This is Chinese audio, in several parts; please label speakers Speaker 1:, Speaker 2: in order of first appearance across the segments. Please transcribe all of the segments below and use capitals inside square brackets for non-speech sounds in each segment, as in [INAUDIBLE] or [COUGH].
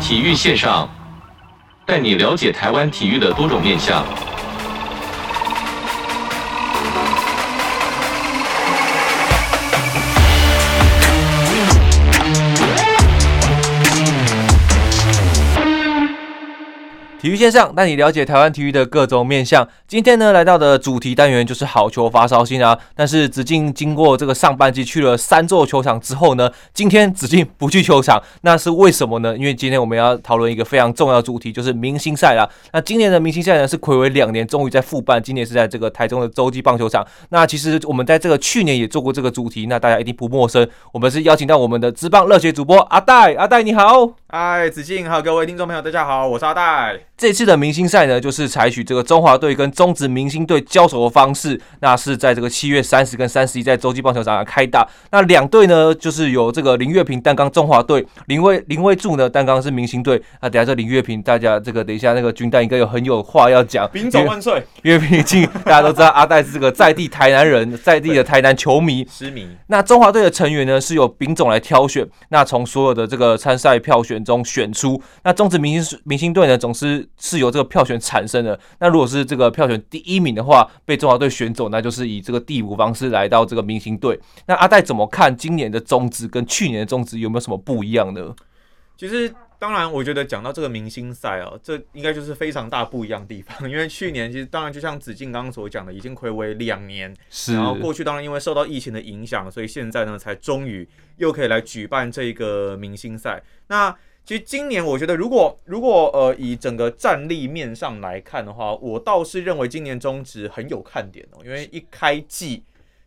Speaker 1: 体育线上，带你了解台湾体育的多种面向。
Speaker 2: 体育线上带你了解台湾体育的各种面向。今天呢，来到的主题单元就是好球发烧心啊。但是子敬经过这个上半季去了三座球场之后呢，今天子敬不去球场，那是为什么呢？因为今天我们要讨论一个非常重要的主题，就是明星赛啦。那今年的明星赛呢，是暌违两年，终于在复办，今年是在这个台中的洲际棒球场。那其实我们在这个去年也做过这个主题，那大家一定不陌生。我们是邀请到我们的职棒热血主播阿戴，阿戴你好。
Speaker 3: 嗨，子敬，还有各位听众朋友，大家好，我是阿戴。
Speaker 2: 这次的明星赛呢，就是采取这个中华队跟中职明星队交手的方式，那是在这个七月三十跟三十一在洲际棒球场上开打。那两队呢，就是有这个林月平担纲中华队，林威林威柱呢担纲是明星队。那等一下这林月平，大家这个等一下那个军蛋应该有很有话要讲，
Speaker 3: 兵种万岁，
Speaker 2: 因为因为毕竟大家都知道阿戴是这个在地台南人，在地的台南球迷，
Speaker 3: 失迷。
Speaker 2: 那中华队的成员呢是由丙总来挑选，那从所有的这个参赛票选中选出。那中职明星明星队呢总是是由这个票选产生的。那如果是这个票选第一名的话，被中华队选走，那就是以这个递补方式来到这个明星队。那阿戴怎么看今年的中职跟去年的中职有没有什么不一样呢？
Speaker 3: 其实，当然，我觉得讲到这个明星赛哦，这应该就是非常大不一样的地方。因为去年其实，当然就像子敬刚刚所讲的，已经暌违两年，
Speaker 2: 是
Speaker 3: 然后过去当然因为受到疫情的影响，所以现在呢，才终于又可以来举办这个明星赛。那其实今年我觉得如，果如果呃以整个战力面上来看的话，我倒是认为今年中职很有看点哦，因为一开季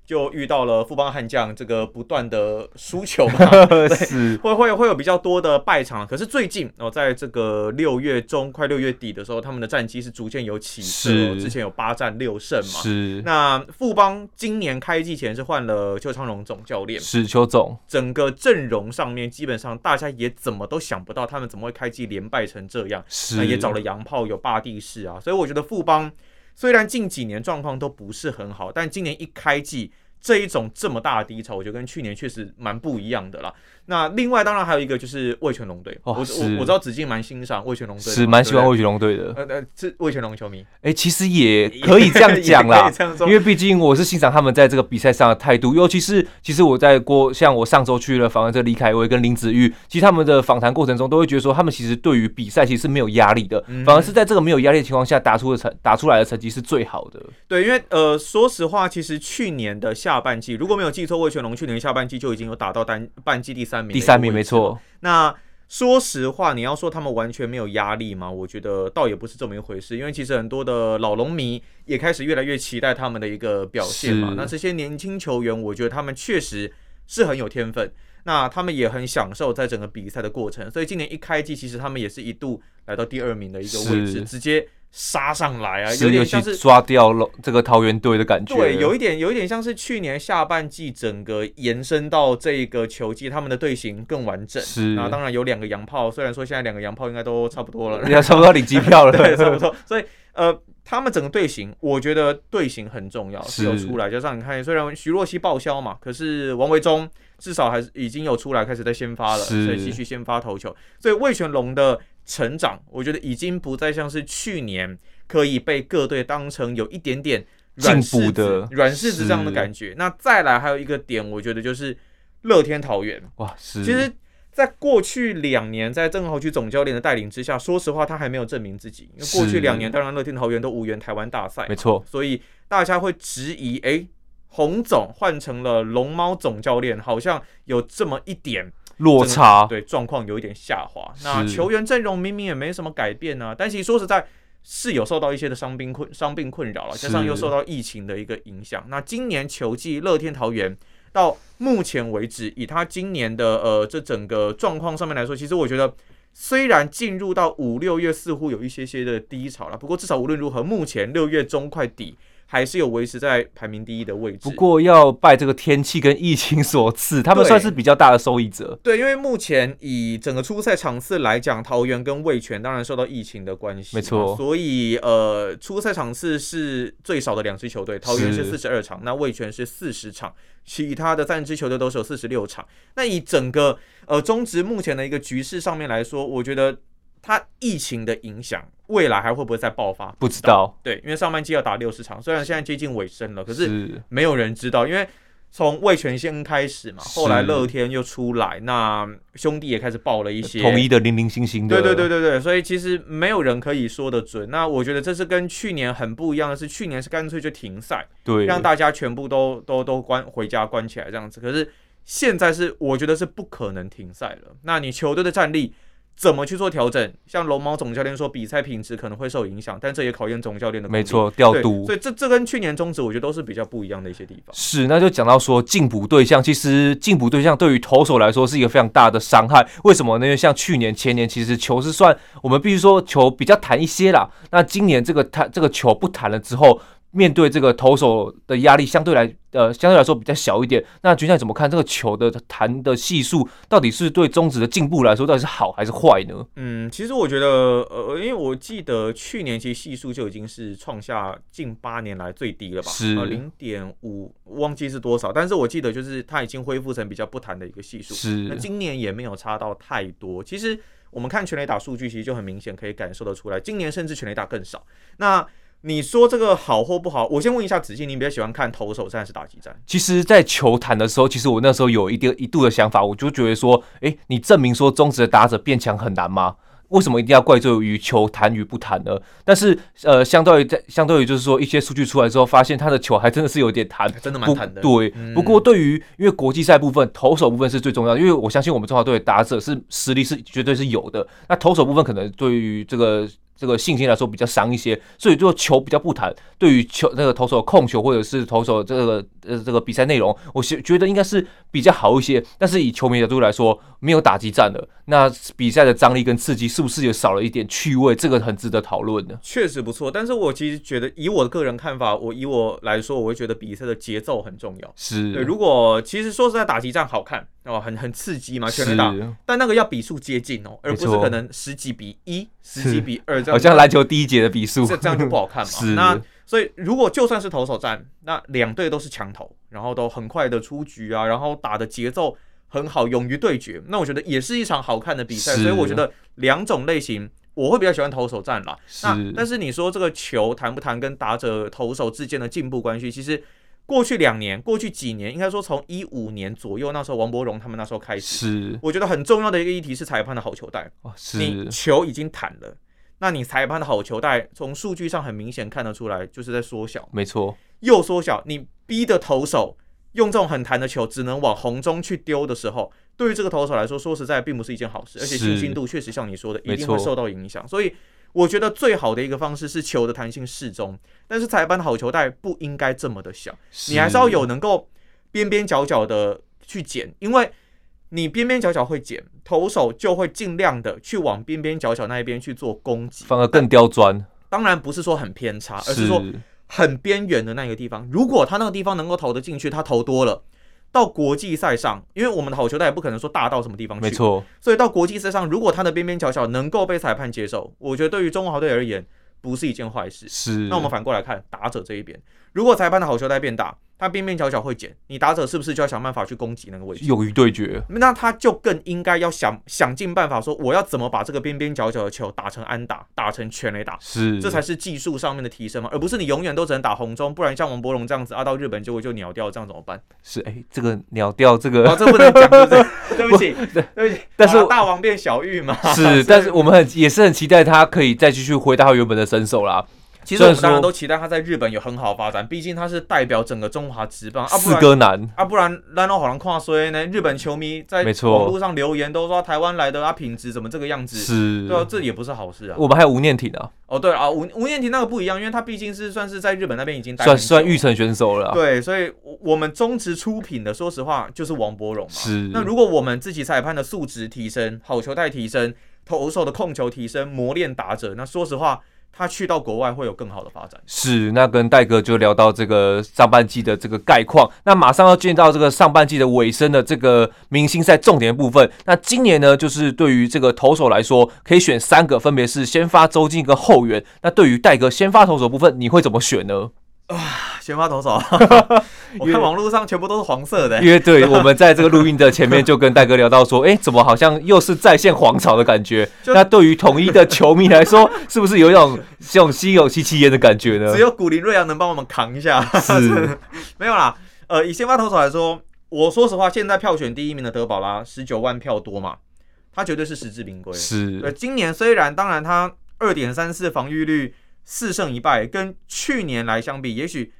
Speaker 3: 就遇到了富邦悍将这个不断的输球嘛，
Speaker 2: [LAUGHS] 是
Speaker 3: 会会会有比较多的败场，可是最近哦，在这个六月中快六月底的时候，他们的战绩是逐渐有起色哦，
Speaker 2: 是
Speaker 3: 之前有八战六胜嘛。
Speaker 2: 是
Speaker 3: 那富邦今年开季前是换了邱昌荣总教练，
Speaker 2: 是邱总，
Speaker 3: 整个阵容上面基本上大家也怎么都想不到他们怎么会开季连败成这样，那
Speaker 2: 是
Speaker 3: 也找了洋炮，有霸地士啊，所以我觉得富邦虽然近几年状况都不是很好，但今年一开季这一种这么大的低潮，我觉得跟去年确实蛮不一样的啦。那另外当然还有一个就是魏全龙队，
Speaker 2: 哦
Speaker 3: 我我
Speaker 2: 是
Speaker 3: 我知道子敬蛮欣赏魏全龙队的嘛，
Speaker 2: 是蛮喜欢
Speaker 3: 对
Speaker 2: 魏雪龙队的
Speaker 3: [LAUGHS] 不。对。呃呃，是魏全龙球迷，
Speaker 2: 哎、其实也可以这样讲
Speaker 3: [LAUGHS] 也可
Speaker 2: 啦 [LAUGHS]
Speaker 3: 以，这样说
Speaker 2: 因为毕竟我是欣赏他们在这个比赛上的态度，尤其是其实我在过像我上周去了访问这李凯威跟林子玉，其实他们的访谈过程中都会觉得说，他们其实对于比赛其实是没有压力的，
Speaker 3: 嗯
Speaker 2: 反而是在这个没有压力的情况下打出的成打出来的成绩是最好的。
Speaker 3: 对，因为呃，说实话，其实去年的下半季，如果没有记错，魏全龙去年下半季就已经有打到单半季第三名，
Speaker 2: 第三名没。错，
Speaker 3: 那说实话，你要说他们完全没有压力吗？我觉得倒也不是这么一回事，因为其实很多的老龙迷也开始越来越期待他们的一个表现嘛
Speaker 2: 是。
Speaker 3: 那这些年轻球员，我觉得他们确实是很有天分，那他们也很享受在整个比赛的过程。所以今年一开季，其实他们也是一度来到第二名的一个位
Speaker 2: 是
Speaker 3: 置，直接杀上来啊，有
Speaker 2: 是尤
Speaker 3: 点
Speaker 2: 其
Speaker 3: 像是
Speaker 2: 抓掉了这个桃园队的感觉，
Speaker 3: 对，有一点有一点像是去年下半季整个延伸到这个球季，他们的队形更完整。
Speaker 2: 是
Speaker 3: 那当然有两个洋炮，虽然说现在两个洋炮应该都差不多了，
Speaker 2: 人家差不多领机票 [LAUGHS]
Speaker 3: [LAUGHS] 对，差不
Speaker 2: 了，
Speaker 3: 多。所以呃，他们整个队形，我觉得队形很重要，是有
Speaker 2: 是
Speaker 3: 出来。加上你看，虽然徐若曦报销嘛，可是王维忠至少还是已经有出来开始在先发了，所
Speaker 2: 是
Speaker 3: 以继续先发投球。所以魏全龙的成长，我觉得已经不再像是去年可以被各队当成有一点点软
Speaker 2: 进步
Speaker 3: 柿
Speaker 2: 的
Speaker 3: 子软柿子这样的
Speaker 2: 是
Speaker 3: 感觉。那再来还有一个点，我觉得就是乐天桃园。
Speaker 2: 哇，是，
Speaker 3: 其实，在过去两年，在郑豪区总教练的带领之下，说实话，他还没有证明自己。因为过
Speaker 2: 是
Speaker 3: 去两年，当然乐天桃园都无缘台湾大赛
Speaker 2: 没，错，
Speaker 3: 所以大家会质疑：诶，洪总换成了龙猫总教练，好像有这么一点
Speaker 2: 落
Speaker 3: 整个
Speaker 2: 差
Speaker 3: 对状况有一点下滑。
Speaker 2: 啊是
Speaker 3: 那球员阵容明明也没什么改变呢、但其实说实在。是有受到一些的伤病困伤病困扰了，加上
Speaker 2: 是
Speaker 3: 又受到疫情的一个影响。那今年球季，乐天桃园到目前为止，以他今年的呃这整个状况上面来说，其实我觉得虽然进入到五六月似乎有一些些的低潮了，不过至少无论如何，目前六月中快底，还是有维持在排名第一的位置。
Speaker 2: 不过要拜这个天气跟疫情所赐，他们
Speaker 3: 对
Speaker 2: 算是比较大的受益者。
Speaker 3: 对，因为目前以整个初赛场次来讲，桃园跟味全当然受到疫情的关系
Speaker 2: 没
Speaker 3: 嘛，
Speaker 2: 错
Speaker 3: 所以呃，初赛场次是最少的两支球队，桃园是
Speaker 2: 是
Speaker 3: 四十二场，那味全是四十场，其他的三支球队都是有四十六场。那以整个呃中职目前的一个局势上面来说，我觉得它疫情的影响，未来还会不会再爆发？
Speaker 2: 不知道，
Speaker 3: 对，因为上半季要打六十场，虽然现在接近尾声了，可是
Speaker 2: 是
Speaker 3: 没有人知道，因为从魏全先开始嘛，
Speaker 2: 是
Speaker 3: 后来乐天又出来，那兄弟也开始爆了一些
Speaker 2: 呃统一的零零星星的，
Speaker 3: 对对对对对，所以其实没有人可以说得准。那我觉得这是跟去年很不一样的是，去年是干脆就停赛，
Speaker 2: 对，
Speaker 3: 让大家全部都都都关回家关起来这样子。可是现在是我觉得是不可能停赛了。那你球队的战力怎么去做调整？像龙猫总教练说，比赛品质可能会受影响，但这也考验总教练的功力
Speaker 2: 没。错，调
Speaker 3: 对
Speaker 2: 度
Speaker 3: 所以这这跟去年中职我觉得都是比较不一样的一些地方。
Speaker 2: 是，那就讲到说进补对象，其实进补对象对于投手来说是一个非常大的伤害。为什么呢？因为像去年、前年，其实球是算我们必须说球比较弹一些啦。那今年这个弹这个球不弹了之后，面对这个投手的压力相对来呃相对来说比较小一点。那君夏怎么看这个球的弹的系数，到底是对中指的进步来说到底是好还是坏呢？
Speaker 3: 嗯，其实我觉得，呃，因为我记得去年其实系数就已经是创下近八年来最低了吧，呃
Speaker 2: 是
Speaker 3: 零点五，我忘记是多少，但是我记得就是它已经恢复成比较不弹的一个系数。那
Speaker 2: 是
Speaker 3: 今年也没有差到太多。其实我们看全垒打数据，其实就很明显可以感受得出来，今年甚至全垒打更少。那你说这个好或不好？我先问一下子敬，你比较喜欢看投手战还是打击战？
Speaker 2: 其实，在球坛的时候，其实我那时候有一个一度的想法，我就觉得说，诶，你证明说中职的打者变强很难吗？为什么一定要怪罪于球坛与不谈呢？但是，呃，相对于在相对于就是说一些数据出来之后，发现他的球还真的是有点弹，
Speaker 3: 真的蛮
Speaker 2: 不
Speaker 3: 弹的。嗯
Speaker 2: 对，不过对于因为国际赛部分，投手部分是最重要的，因为我相信我们中华队的打者是实力是绝对是有的。那投手部分可能对于这个这个信心来说比较伤一些，所以就球比较不弹。对于球那个投手的控球或者是投手这个呃这个比赛内容，我是觉得应该是比较好一些。但是以球迷角度来说，没有打击战了，那比赛的张力跟刺激是不是也少了一点趣味？这个很值得讨论的。
Speaker 3: 确实不错，但是我其实觉得，以我的个人看法，我以我来说，我会觉得比赛的节奏很重要。对，
Speaker 2: 是，
Speaker 3: 如果其实说实在，打击战好看哦，很很刺激嘛，全垒打，
Speaker 2: 是，
Speaker 3: 但那个要比数接近哦，而不是
Speaker 2: 没错
Speaker 3: 可能十几比一、十几比二这
Speaker 2: 好
Speaker 3: 样，
Speaker 2: 像篮球第一节的比数，
Speaker 3: 这这样就不好看嘛
Speaker 2: 是。
Speaker 3: 那所以如果就算是投手战，那两队都是强投，然后都很快的出局啊，然后打的节奏很好，勇于对决，那我觉得也是一场好看的比赛。
Speaker 2: 是
Speaker 3: 所以我觉得两种类型。我会比较喜欢投手战啦，那
Speaker 2: 是
Speaker 3: 但是你说这个球弹不弹跟打者投手之间的进步关系，其实过去两年、过去几年，应该说从一五年左右，那时候王伯荣他们那时候开始，
Speaker 2: 是
Speaker 3: 我觉得很重要的一个议题是裁判的好球带。
Speaker 2: 哦是
Speaker 3: 你球已经弹了，那你裁判的好球带，从数据上很明显看得出来，就是在缩小，
Speaker 2: 没错，
Speaker 3: 又缩小。你逼的投手用这种很弹的球，只能往红中去丢的时候，对于这个投手来说，说实在并不是一件好事，而且
Speaker 2: 是
Speaker 3: 信心度确实像你说的，
Speaker 2: 没
Speaker 3: 一定会
Speaker 2: 错
Speaker 3: 受到影响。所以我觉得最好的一个方式是球的弹性适中，但是裁判的好球带不应该这么的小。你还是要有能够边边角角的去捡，因为你边边角角会捡，投手就会尽量的去往边边角角那一边去做攻击。
Speaker 2: 反而更刁钻，
Speaker 3: 当然不是说很偏差，而是说很边缘的那个地方。如果他那个地方能够投得进去，他投多了。到国际赛上，因为我们的好球带也不可能说大到什么地方去，
Speaker 2: 没错，
Speaker 3: 所以到国际赛上，如果他的边边角角能够被裁判接受，我觉得对于中国豪队而言不是一件坏事。
Speaker 2: 是。
Speaker 3: 那我们反过来看打者这一边，如果裁判的好球带变大，他边边角角会减，你打者是不是就要想办法去攻击那个位置？
Speaker 2: 勇于对决，
Speaker 3: 那他就更应该要想想尽办法说，我要怎么把这个边边角角的球打成安打，打成全垒打，
Speaker 2: 是
Speaker 3: 这才是技术上面的提升嘛，而不是你永远都只能打红中，不然像王伯荣这样子啊，到日本结果就鸟掉，这样怎么办？ [LAUGHS]
Speaker 2: 是哎，这个鸟调这个
Speaker 3: 啊，这不能讲，
Speaker 2: [LAUGHS]
Speaker 3: 对不对？对不起，对不起，
Speaker 2: 但是
Speaker 3: 好啦大王变小玉嘛，
Speaker 2: [LAUGHS] 是，但
Speaker 3: [LAUGHS]
Speaker 2: 是我们很也是很期待他可以再继续回到他原本的身手啦。
Speaker 3: 其实我们
Speaker 2: 虽然说
Speaker 3: 当然都期待他在日本有很好的发展，毕竟他是代表整个中华职棒啊，不
Speaker 2: 四
Speaker 3: 然
Speaker 2: 哥男
Speaker 3: 啊，不然然后好像看衰呢。日本球迷在
Speaker 2: 没错
Speaker 3: 网络上留言都说台湾来的啊品质怎么这个样子？
Speaker 2: 是
Speaker 3: 对，啊，这也不是好事啊。
Speaker 2: 我们还有吴念挺啊，
Speaker 3: 哦，对啊，吴吴彦廷那个不一样，因为他毕竟是算是在日本那边已经待
Speaker 2: 算
Speaker 3: 很久
Speaker 2: 算
Speaker 3: 了
Speaker 2: 预成选手了啦，
Speaker 3: 对，啊所以我我们中职出品的，说实话就是王柏荣嘛。
Speaker 2: 是
Speaker 3: 那如果我们自己裁判的素质提升，好球带提升，投手的控球提升，磨练打者，那说实话。他去到国外会有更好的发展。
Speaker 2: 是，那跟戴哥就聊到这个上半季的这个概况，那马上要进到这个上半季的尾声的这个明星赛重点部分。那今年呢，就是对于这个投手来说，可以选三个，分别是先发、中继跟后援。那对于戴哥先发投手部分，你会怎么选呢？
Speaker 3: [LAUGHS] 先发投手， [LAUGHS] 我看网络上全部都是黄色 [LAUGHS] 的、欸
Speaker 2: 因为对我们在这个录音的前面就跟戴哥聊到说，哎、怎么好像又是再现皇朝的感觉？
Speaker 3: 就
Speaker 2: 那对于统一的球迷来说，是不是有一种这种心有戚戚焉的感觉呢
Speaker 3: 只？有古林瑞阳能帮我们扛一下。
Speaker 2: 是，
Speaker 3: [LAUGHS] 没有啦，呃，以先发投手来说，我说实话，现在票选第一名的德保拉十九万票多嘛，他绝对是实至名归。呃，
Speaker 2: 是，
Speaker 3: 今年虽然当然他二点三四防御率四胜一败，跟去年来相比，也许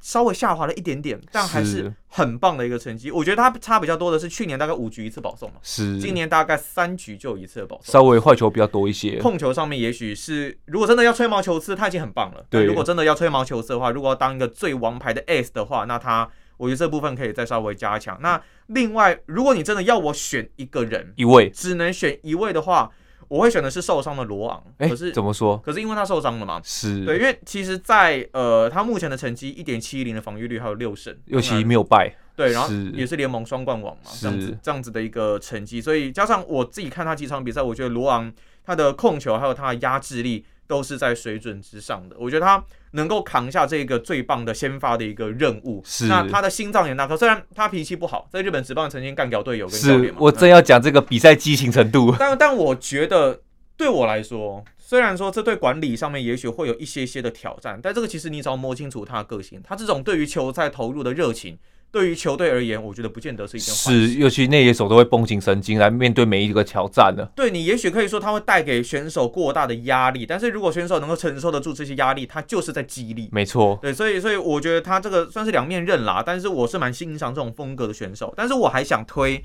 Speaker 3: 稍微下滑了一点点，但还是
Speaker 2: 是
Speaker 3: 很棒的一个成绩。我觉得他差比较多的是去年大概五局一次保送嘛，
Speaker 2: 是，
Speaker 3: 今年大概三局就有一次的保送。
Speaker 2: 稍微坏球比较多一些。
Speaker 3: 碰球上面也许是，如果真的要吹毛求疵，他已经很棒了。
Speaker 2: 对
Speaker 3: 但如果真的要吹毛求疵的话，如果要当一个最王牌的 S 的话，那他我觉得这部分可以再稍微加强。那另外，如果你真的要我选一个人，
Speaker 2: 一位，
Speaker 3: 只能选一位的话，我会选的是受伤的罗昂。
Speaker 2: 哎、
Speaker 3: 可是
Speaker 2: 怎么嗯说？
Speaker 3: 可是因为他受伤了嘛，
Speaker 2: 是，
Speaker 3: 对，因为其实在，呃他目前的成绩一点七零的防御率还有六胜，
Speaker 2: 尤
Speaker 3: 当
Speaker 2: 其
Speaker 3: 然
Speaker 2: 没有败，
Speaker 3: 对，然后
Speaker 2: 是
Speaker 3: 也是联盟双冠王嘛，这样
Speaker 2: 是
Speaker 3: 子这样子的一个成绩，所以加上我自己看他几场比赛，我觉得罗昂他的控球还有他的压制力都是在水准之上的，我觉得他能够扛下这个最棒的先发的一个任务。
Speaker 2: 是
Speaker 3: 那他的心脏也大颗，虽然他脾气不好，在日本职棒曾经干掉队友跟教练
Speaker 2: 是
Speaker 3: 嘛，
Speaker 2: 我
Speaker 3: 嗯
Speaker 2: 正要讲这个比赛激情程 [LAUGHS]
Speaker 3: [LAUGHS]
Speaker 2: 度，
Speaker 3: 但但我觉得对我来说，虽然说这对管理上面也许会有一些些的挑战，但这个其实你只要摸清楚他的个性，他这种对于球赛投入的热情，对于球队而言，我觉得不见得是一件坏事。
Speaker 2: 是，尤其内野手都会绷紧神经来面对每一个挑战了。
Speaker 3: 对你，也许可以说他会带给选手过大的压力，但是如果选手能够承受得住这些压力，他就是在激励。
Speaker 2: 没错，
Speaker 3: 对，所以所以我觉得他这个算是两面刃啦，但是我是蛮欣赏这种风格的选手，但是我还想推，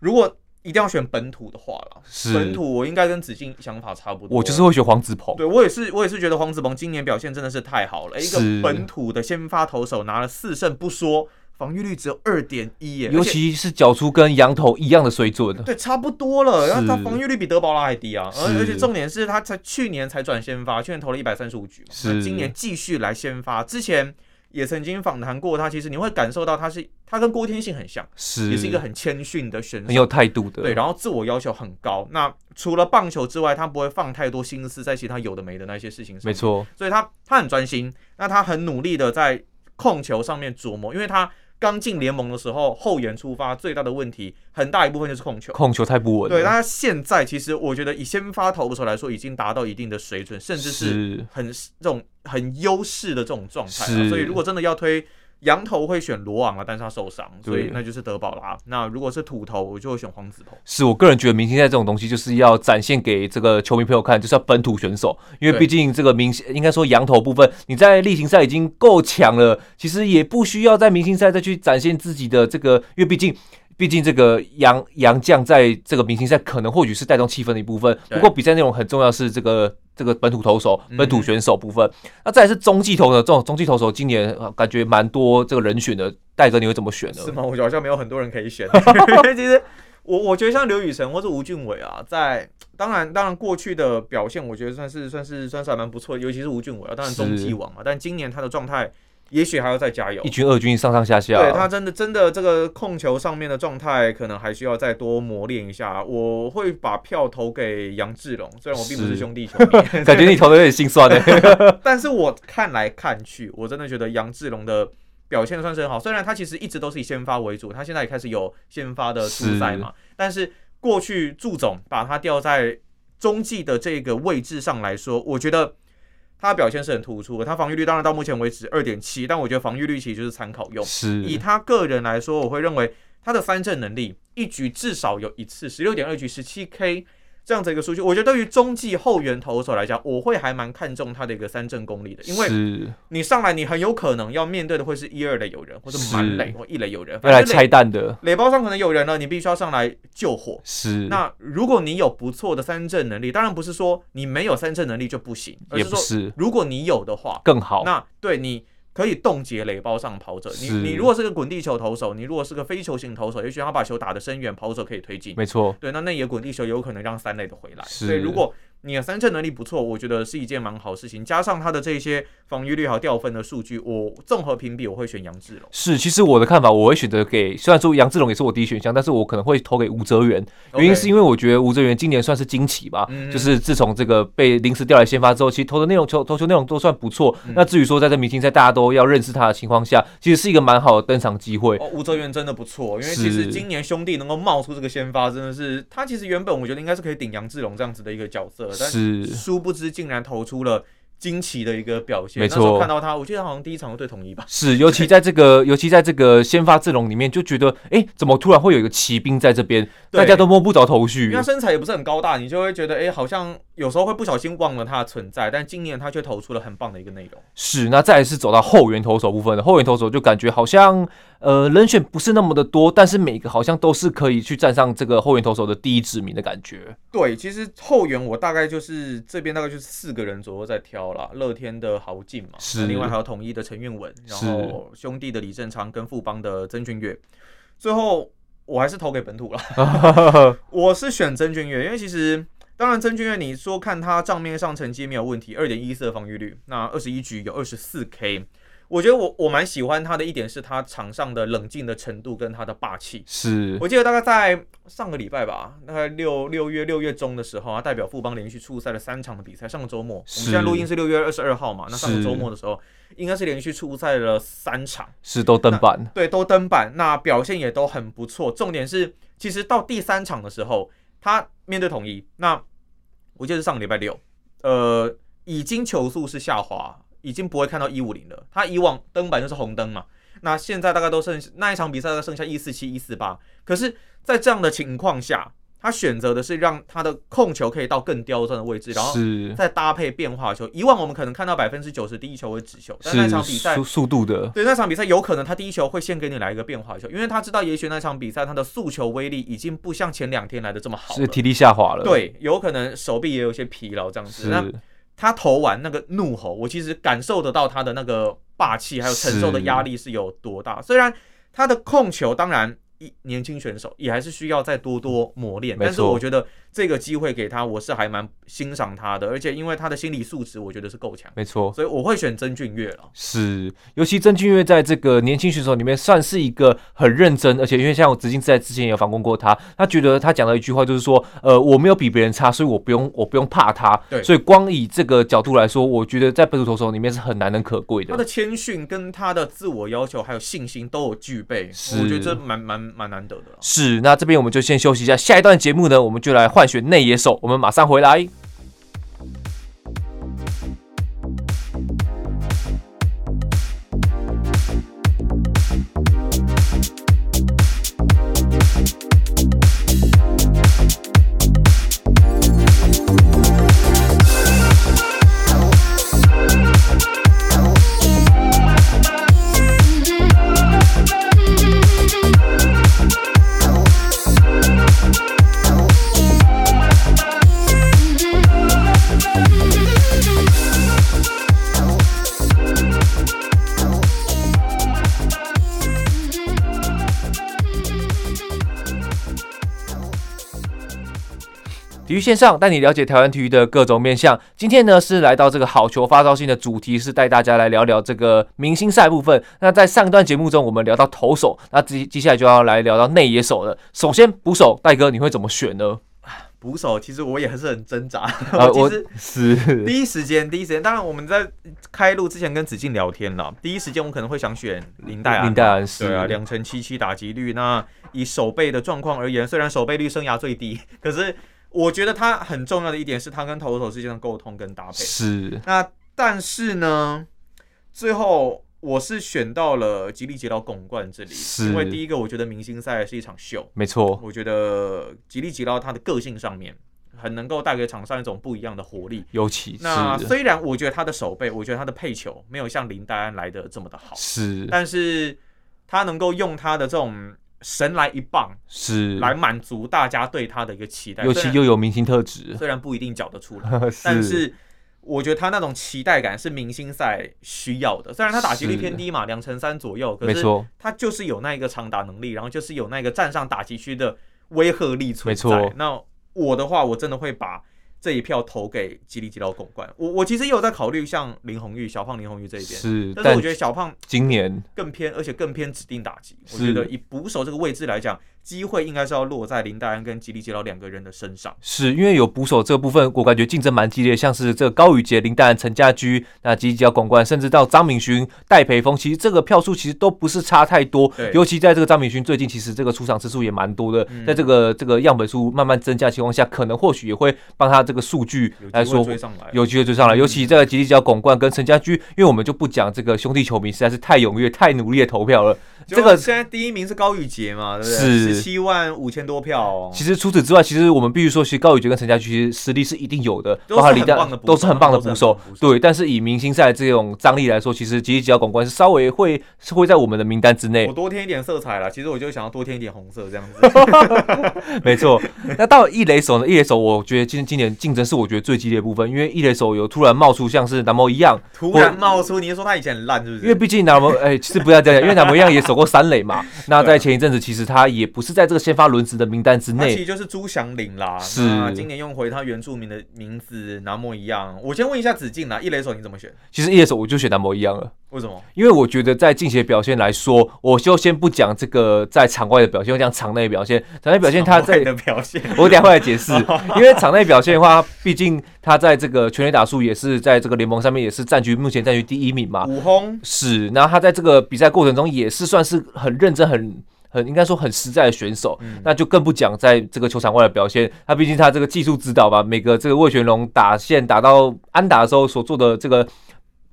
Speaker 3: 如果一定要选本土的话啦，
Speaker 2: 是
Speaker 3: 本土我应该跟子敬想法差不多，
Speaker 2: 我就是会学黄子鹏，
Speaker 3: 对我也是，我也是觉得黄子鹏今年表现真的是太好了，一个
Speaker 2: 是
Speaker 3: 本土的先发投手拿了四胜不说，防御率只有二点一耶，
Speaker 2: 尤
Speaker 3: 而且
Speaker 2: 其是脚出跟羊头一样的水准，
Speaker 3: 对差不多了，然后他
Speaker 2: 是
Speaker 3: 防御率比德保拉还低啊，
Speaker 2: 是
Speaker 3: 而而且重点是他才去年才转先发，去年投了一百三十五局嘛，
Speaker 2: 是
Speaker 3: 那今年继续来先发，之前也曾经访谈过他，其实你会感受到他是他跟郭天信很像，
Speaker 2: 是哎
Speaker 3: 也是一个很谦逊的选手，
Speaker 2: 很有态度的。
Speaker 3: 对，然后自我要求很高。那除了棒球之外，他不会放太多心思在其他有的没的那些事情上面。
Speaker 2: 没错，
Speaker 3: 所以他他很专心，那他很努力的在控球上面琢磨，因为他刚进联盟的时候后援出发最大的问题，很大一部分就是控球。
Speaker 2: 控球太不稳了。
Speaker 3: 对，他现在其实我觉得以先发投手来说，已经达到一定的水准，甚至是
Speaker 2: 是
Speaker 3: 很这种很优势的这种状态、
Speaker 2: 是
Speaker 3: 啊。所以如果真的要推羊头，会选罗昂啊，但是他受伤，所
Speaker 2: 对
Speaker 3: 以那就是德保拉。那如果是土头，我就会选黄子头。
Speaker 2: 是我个人觉得明星赛这种东西就是要展现给这个球迷朋友看，就是要本土选手，因为
Speaker 3: 对
Speaker 2: 毕竟这个明星应该说羊头部分，你在例行赛已经够强了，其实也不需要在明星赛再去展现自己的这个，因为毕竟。毕竟这个杨杨将在这个明星赛可能或许是带动气氛的一部分，
Speaker 3: 对
Speaker 2: 不过比赛内容很重要是这个这个本土投手、
Speaker 3: 嗯
Speaker 2: 本土选手部分。那再来是中继投呢，这种中继投手今年呃感觉蛮多这个人选的，戴哥你会怎么选呢？
Speaker 3: 是吗？我觉得好像没有很多人可以选， [LAUGHS] 因为其实我我觉得像刘雨辰或是吴俊伟啊，在当然当然过去的表现，我觉得算是算是算是还蛮不错的，尤其是吴俊伟啊，当然中
Speaker 2: 是
Speaker 3: 继王啊，但今年他的状态也许还要再加油
Speaker 2: 一。啊军、二军上上下哦下，
Speaker 3: 对他真的真的这个控球上面的状态，可能还需要再多磨练一下。我会把票投给杨志龙，虽然我并不
Speaker 2: 是
Speaker 3: 是兄弟球迷，
Speaker 2: 感觉你投的有点心酸呢、
Speaker 3: 但是我看来看去，我真的觉得杨志龙的表现算是很好。虽然他其实一直都是以先发为主，他现在也开始有先发的出赛嘛，但是过去祝总把他调在中继的这个位置上来说，我觉得。他的表现是很突出的，他防御率当然到目前为止二点七，但我觉得防御率其实就是参考用。以
Speaker 2: 是
Speaker 3: 他个人来说，我会认为他的三振能力一局至少有一次，十六点二局十七 K 这样子一个数据，我觉得对于中继后援投手来讲，我会还蛮看重他的一个三振功力的，因为
Speaker 2: 是
Speaker 3: 你上来你很有可能要面对的会是一二垒有人，或者满垒或一垒有人，
Speaker 2: 要来
Speaker 3: 反正垒
Speaker 2: 拆弹的，
Speaker 3: 垒包上可能有人了，你必须要上来救火。
Speaker 2: 是
Speaker 3: 那如果你有不错的三振能力，当然不是说你没有三振能力就不行，而
Speaker 2: 也
Speaker 3: 是
Speaker 2: 不
Speaker 3: 说
Speaker 2: 是
Speaker 3: 如果你有的话，
Speaker 2: 更好，
Speaker 3: 那对你可以冻结垒包上跑者。你
Speaker 2: 是
Speaker 3: 你如果是个滚地球投手，你如果是个非球型投手，也许他把球打得深远，跑者可以推进。
Speaker 2: 没错，
Speaker 3: 对，那内野滚地球有可能让三垒的回来。
Speaker 2: 是
Speaker 3: 所以如果你的三振能力不错，我觉得是一件蛮好事情。加上他的这些防御率还有掉分的数据，我综合评比我会选杨志龙。
Speaker 2: 是，其实我的看法，我会选择给，虽然说杨志龙也是我第一选项，但是我可能会投给吴哲源，原因是因为我觉得吴哲源今年算是惊奇吧，
Speaker 3: 嗯
Speaker 2: 就是自从这个被临时调来先发之后，其实投的内容、球投球内容都算不错。
Speaker 3: 嗯
Speaker 2: 那至于说在这明星赛大家都要认识他的情况下，其实是一个蛮好的登场机会。
Speaker 3: 哦，吴哲源真的不错，因为其实
Speaker 2: 是
Speaker 3: 今年兄弟能够冒出这个先发，真的是他其实原本我觉得应该是可以顶杨志龙这样子的一个角色，但
Speaker 2: 是
Speaker 3: 殊不知竟然投出了惊奇的一个表现。
Speaker 2: 没
Speaker 3: 那时候
Speaker 2: 错
Speaker 3: 看到他，我记得他好像第一场就对统一吧。
Speaker 2: 是，尤其在这个，尤其在这个先发阵容里面，就觉得，哎，怎么突然会有一个骑兵在这边，
Speaker 3: 对
Speaker 2: 大家都摸不着头绪
Speaker 3: 因为他。身材也不是很高大，你就会觉得，哎、好像有时候会不小心忘了他的存在。但今年他却投出了很棒的一个内容。
Speaker 2: 是，那再来是走到后援投手部分的，后援投手就感觉好像，呃，人选不是那么的多，但是每个好像都是可以去站上这个后援投手的第一指名的感觉。 [LAUGHS]
Speaker 3: 对，其实后援我大概就是这边大概就是四个人左右在挑啦，乐天的豪进嘛，
Speaker 2: 是
Speaker 3: 那另外还有统一的陈运文，然
Speaker 2: 是
Speaker 3: 后兄弟的李正昌跟富邦的曾俊岳，最后我还是投给本土了，我是选曾俊岳，因为其实当然曾俊岳你说看他账面上成绩没有问题，二点一四的防御率，那二十一局有二十四 K。我觉得我我蛮喜欢他的一点是他场上的冷静的程度跟他的霸气，
Speaker 2: 是，
Speaker 3: 我记得大概在上个礼拜吧，大概六六月六月中的时候啊，代表富邦连续出赛了三场的比赛。上个周末，我们
Speaker 2: 是
Speaker 3: 现在录音是六月二十二号嘛，那上个
Speaker 2: 是
Speaker 3: 周末的时候，应该是连续出赛了三场，
Speaker 2: 是都登板，
Speaker 3: 对，都登板，那表现也都很不错。重点是，其实到第三场的时候，他面对统一，那我记得是上个礼拜六，呃，已经球速是下滑，已经不会看到一五零了。他以往登板就是红灯嘛，那现在大概都剩那一场比赛大概剩下一四七、一四八。可是，在这样的情况下，他选择的是让他的控球可以到更刁钻的位置，然后
Speaker 2: 是
Speaker 3: 再搭配变化球。以往我们可能看到百分之九十第一球为直球，但那
Speaker 2: 是
Speaker 3: 场比赛
Speaker 2: 速速度的，
Speaker 3: 对那场比赛，有可能他第一球会先给你来一个变化球，因为他知道也许那场比赛他的速球威力已经不像前两天来的这么好
Speaker 2: 是
Speaker 3: 了。
Speaker 2: 体力下滑了。，
Speaker 3: 对，有可能手臂也有些疲劳这样子。那
Speaker 2: 是
Speaker 3: 他投完那个怒吼，我其实感受得到他的那个霸气，还有承受的压力是有多大。虽然他的控球，当然一年轻选手也还是需要再多多磨练，
Speaker 2: 没错
Speaker 3: 但是我觉得这个机会给他，我是还蛮欣赏他的，而且因为他的心理素质，我觉得是够强，
Speaker 2: 没错。
Speaker 3: 所以我会选曾俊岳了。
Speaker 2: 是，尤其曾俊岳在这个年轻选手里面算是一个很认真，而且因为像我直径在之前也有访问过他，他觉得他讲的一句话就是说，呃，我没有比别人差，所以我不用我不用怕他。
Speaker 3: 对
Speaker 2: 所以光以这个角度来说，我觉得在本土投手里面是很难能可贵
Speaker 3: 他
Speaker 2: 的。
Speaker 3: 的谦逊跟他的自我要求还有信心都有具备，
Speaker 2: 是
Speaker 3: 我觉得这蛮蛮蛮难得的啊啦。
Speaker 2: 是，那这边我们就先休息一下，下一段节目呢，我们就来换选内野手，我们马上回来。体育线上带你了解台湾体育的各种面向。今天呢是来到这个好球发烧性的主题，是带大家来聊聊这个明星赛部分。那在上一段节目中，我们聊到投手，那接接下来就要来聊到内野手了。首先捕手，戴哥你会怎么选呢？呃
Speaker 3: 捕手其实我也还是
Speaker 2: [LAUGHS]
Speaker 3: 很挣扎， [LAUGHS] 我
Speaker 2: 啊我
Speaker 3: 其实
Speaker 2: 是
Speaker 3: 第一时间第一时间，当然我们在开录之前跟子敬聊天了，第一时间我可能会想选林黛安，
Speaker 2: 林黛安是
Speaker 3: 对啊，两成七七打击率，那以守备的状况而言，虽然守备率生涯最低， [LAUGHS] 可是我觉得他很重要的一点是他跟投手之间的沟通跟搭配。
Speaker 2: 是
Speaker 3: 那但是呢，最后我是选到了吉利杰到拱冠这里，
Speaker 2: 是
Speaker 3: 因为第一个，我觉得明星赛是一场秀，
Speaker 2: 没错，
Speaker 3: 我觉得吉利杰到他的个性上面很能够带给场上一种不一样的活力。
Speaker 2: 尤其
Speaker 3: 那
Speaker 2: 是
Speaker 3: 虽然我觉得他的手背，我觉得他的配球没有像林黛安来的这么的好，
Speaker 2: 是
Speaker 3: 但是他能够用他的这种神来一棒
Speaker 2: 是，
Speaker 3: 来满足大家对他的一个期待，
Speaker 2: 尤
Speaker 3: 虽
Speaker 2: 其
Speaker 3: 然
Speaker 2: 又有明星特质，
Speaker 3: 虽然不一定缴得出来，啊
Speaker 2: [LAUGHS]
Speaker 3: 但是我觉得他那种期待感是明星赛需要的。虽然他打击率
Speaker 2: 是
Speaker 3: 偏低嘛，两成三左右，可
Speaker 2: 没
Speaker 3: 是
Speaker 2: 错
Speaker 3: 他就是有那一个长打能力，然后就是有那个站上打击区的威慑力存在。
Speaker 2: 没错
Speaker 3: 那我的话，我真的会把这一票投给吉力吉到拱冠。我我其实也有在考虑像林红玉、小胖林红玉这一边，
Speaker 2: 是，
Speaker 3: 但是
Speaker 2: 但
Speaker 3: 我觉得小胖
Speaker 2: 今年
Speaker 3: 更偏，而且更偏指定打击。我
Speaker 2: 是
Speaker 3: 觉得以捕手这个位置来讲，机会应该是要落在林黛安跟吉力吉到两个人的身上。
Speaker 2: 是因为有捕手这部分，我感觉竞争蛮激烈，像是这个高宇杰、林丹、陈家驹，那吉吉角广冠，甚至到张敏勋、戴培峰，其实这个票数其实都不是差太多
Speaker 3: 对。
Speaker 2: 尤其在这个张敏勋最近其实这个出场次数也蛮多的，
Speaker 3: 嗯
Speaker 2: 在这个这个样本数慢慢增加的情况下，可能或许也会帮他这个数据
Speaker 3: 有
Speaker 2: 来
Speaker 3: 机会
Speaker 2: 说
Speaker 3: 追上来，
Speaker 2: 有机会追上来，尤其这个吉利角拱冠跟陈家驹，因为我们就不讲这个兄弟球迷实在是太踊跃、太努力的投票了。
Speaker 3: 就
Speaker 2: 这个
Speaker 3: 现在第一名是高宇杰嘛，对不对？
Speaker 2: 是
Speaker 3: 十七万五千多票、哦，
Speaker 2: 其实除此之外，其实我们必须说，其实高宇杰跟陈家驹其实实力是一定有的，
Speaker 3: 都是
Speaker 2: 包括
Speaker 3: 很
Speaker 2: 李
Speaker 3: 棒的
Speaker 2: 诞
Speaker 3: 捕手啊
Speaker 2: 都是很棒的捕
Speaker 3: 都
Speaker 2: 手
Speaker 3: 是很棒的捕。手
Speaker 2: 对，但是以明星赛这种张力来说，其实吉利吉奥广冠是稍微会是会在我们的名单之内
Speaker 3: 我。多添一点色彩啦。其实我就想要多添一点红色
Speaker 2: [LAUGHS]
Speaker 3: 这样子。
Speaker 2: 没
Speaker 3: [LAUGHS]
Speaker 2: 错，那到了一垒手呢？一垒手，我觉得今今年竞争是我觉得最激烈的部分，因为一垒手有突然冒出像是南摩一样，
Speaker 3: 突然冒出，你是说他以前很烂是不
Speaker 2: 因为
Speaker 3: 是？
Speaker 2: 毕竟南摩，哎、其实不要
Speaker 3: [LAUGHS]
Speaker 2: 这样讲，因为南摩一样也守过三垒嘛。那在前一阵子，其实他也不是在这个先发轮值的名单之
Speaker 3: [LAUGHS] 他
Speaker 2: 内。
Speaker 3: 其实就是朱祥林啦，
Speaker 2: 是
Speaker 3: 那今年用回他原住民的名字，南莫一样。我先问一下子敬啦，一垒手你怎么选？
Speaker 2: 其实一垒手我就选南摩一样了。
Speaker 3: 为什么？
Speaker 2: 因为我觉得在近期的表现来说，我就先不讲这个在场外的表现，我讲场内的表现。场内表现他
Speaker 3: 场
Speaker 2: 在
Speaker 3: 外，的表现，
Speaker 2: [LAUGHS] 我等一下会来解释。
Speaker 3: [LAUGHS]
Speaker 2: 因为场内表现的话，毕竟他在这个全垒打数也是在这个联盟上面也是占据目前占据第一名嘛。
Speaker 3: 五轰
Speaker 2: 是，那他在这个比赛过程中也是算是很认真、很很应该说很实在的选手。
Speaker 3: 嗯
Speaker 2: 那就更不讲在这个球场外的表现，他毕竟他这个技术指导吧，每个这个魏全龙打线打到安打的时候所做的这个。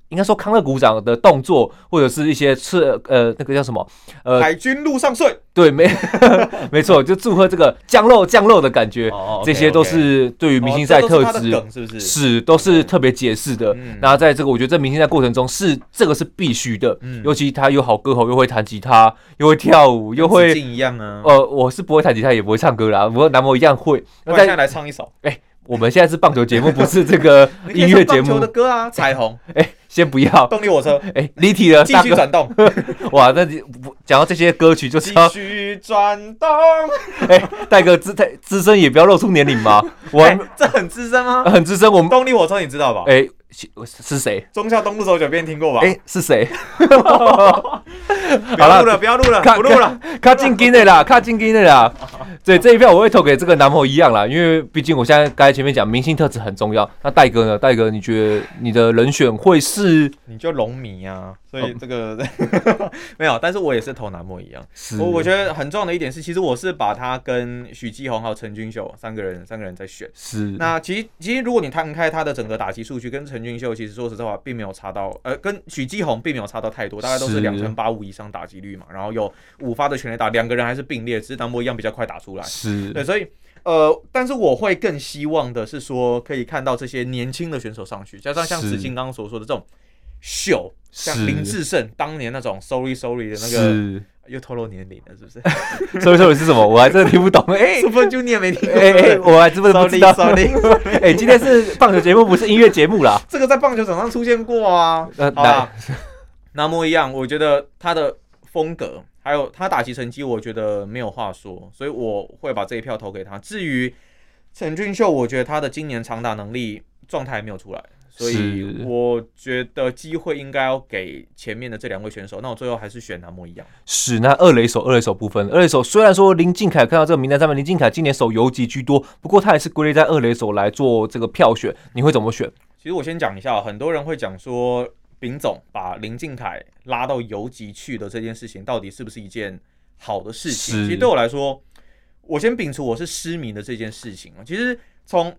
Speaker 2: 应该说康乐鼓掌的动作，或者是一些刺呃那个叫什么呃
Speaker 3: 海军陆上睡。
Speaker 2: 对没 [LAUGHS] 没错，就祝贺这个降肉降肉的感觉，
Speaker 3: 哦，OK，
Speaker 2: 这些都是对于明星赛
Speaker 3: 哦这都
Speaker 2: 特
Speaker 3: 是他的
Speaker 2: 质、
Speaker 3: 梗是不是？
Speaker 2: 是都是特别解释的
Speaker 3: 嗯。
Speaker 2: 那在这个我觉得在明星赛过程中是这个是必须的
Speaker 3: 嗯，
Speaker 2: 尤其他又好歌喉，又会弹吉他，又会跳舞，又
Speaker 3: 子
Speaker 2: 会
Speaker 3: 敬一样啊。
Speaker 2: 呃，我是不会弹吉他，也不会唱歌啦，不过男模一样会。
Speaker 3: 那
Speaker 2: 那
Speaker 3: 现在
Speaker 2: 在哎
Speaker 3: 来唱一首
Speaker 2: 我们现在是棒球节目，不是这个
Speaker 3: [LAUGHS] 你可以
Speaker 2: 音乐节
Speaker 3: 唱棒球
Speaker 2: 目
Speaker 3: 的。歌啊，彩虹、
Speaker 2: 哎、先不要，
Speaker 3: 动力
Speaker 2: [LAUGHS]
Speaker 3: 火车，
Speaker 2: 哎、离题了，
Speaker 3: 继
Speaker 2: 大
Speaker 3: 续
Speaker 2: 哥，
Speaker 3: 转动，
Speaker 2: [LAUGHS] 哇，那你不讲到这些歌曲就
Speaker 3: 继
Speaker 2: 知道，
Speaker 3: 续转动。
Speaker 2: 哎、戴哥资太资深也不要露出年龄
Speaker 3: [LAUGHS]
Speaker 2: 嘛，我
Speaker 3: 哎，这很资深吗？
Speaker 2: 很资深，我们
Speaker 3: 哎动力火车你知道吧？
Speaker 2: 哎、是是谁？
Speaker 3: 中孝东路走九遍听过吧？
Speaker 2: 哎、是谁？
Speaker 3: [LAUGHS]
Speaker 2: [LAUGHS]
Speaker 3: 不
Speaker 2: 好
Speaker 3: 要
Speaker 2: 了
Speaker 3: 录了，不要录了，
Speaker 2: 看
Speaker 3: 不录了。
Speaker 2: 卡进金的啦，卡进金的啦。对，这一票我会投给这个男朋友一样啦，因为毕竟我现在刚才前面讲明星特质很重要。那戴哥呢？戴哥，你觉得你的人选会是？
Speaker 3: 你就龙迷啊，所以这个、哦 [LAUGHS] 没有，但是我也是投南莫一样。
Speaker 2: 是
Speaker 3: 我我觉得很重要的一点是，其实我是把他跟许继宏还有陈俊秀三个人三个人在选。
Speaker 2: 是
Speaker 3: 那其实其实如果你摊开他的整个打击数据，跟陈俊秀其实说实在话并没有差到，呃，跟许继宏并没有差到太多，大概都是
Speaker 2: 是
Speaker 3: 两成八五以上打击率嘛，然后有五发的全垒打，两个人还是并列，只是南莫一样比较快打出来。对，
Speaker 2: 是
Speaker 3: 所以呃，但是我会更希望的是说，可以看到这些年轻的选手上去，加上像
Speaker 2: 是
Speaker 3: 子敬刚刚所说的这种秀，像
Speaker 2: 是
Speaker 3: 林志胜当年那种 sorry sorry 的那个，
Speaker 2: 是，
Speaker 3: 又透露年龄了，是不是 [LAUGHS]
Speaker 2: 所以说你是什么？我还真的听不懂。 [LAUGHS] 哎
Speaker 3: ？Super Junior 没听过。
Speaker 2: 哎哎，我还真的不知道。 [LAUGHS]
Speaker 3: Sorry, sorry
Speaker 2: 哎，今天是棒球节目，不是音乐节目啦。
Speaker 3: 这个在棒球场上出现过啊。
Speaker 2: 呃，
Speaker 3: 好
Speaker 2: 那
Speaker 3: 啦， [LAUGHS] 那么一样，我觉得他的风格还有他打击成绩，我觉得没有话说，所以我会把这一票投给他。至于陈俊秀，我觉得他的今年长打能力状态还没有出来，所以
Speaker 2: 是
Speaker 3: 我觉得机会应该要给前面的这两位选手。那我最后还是选南莫一样，
Speaker 2: 是那二垒手，二垒手部分，二垒手虽然说林敬凯看到这个名单上面，林敬凯今年守游击居多，不过他还是归类在二垒手来做这个票选。你会怎么选？
Speaker 3: 其实我先讲一下，很多人会讲说，丙总把林敬凯拉到游击去的这件事情，到底是不是一件好的事情？
Speaker 2: 是
Speaker 3: 其实对我来说，我先摒除我是失明的这件事情啊。其实从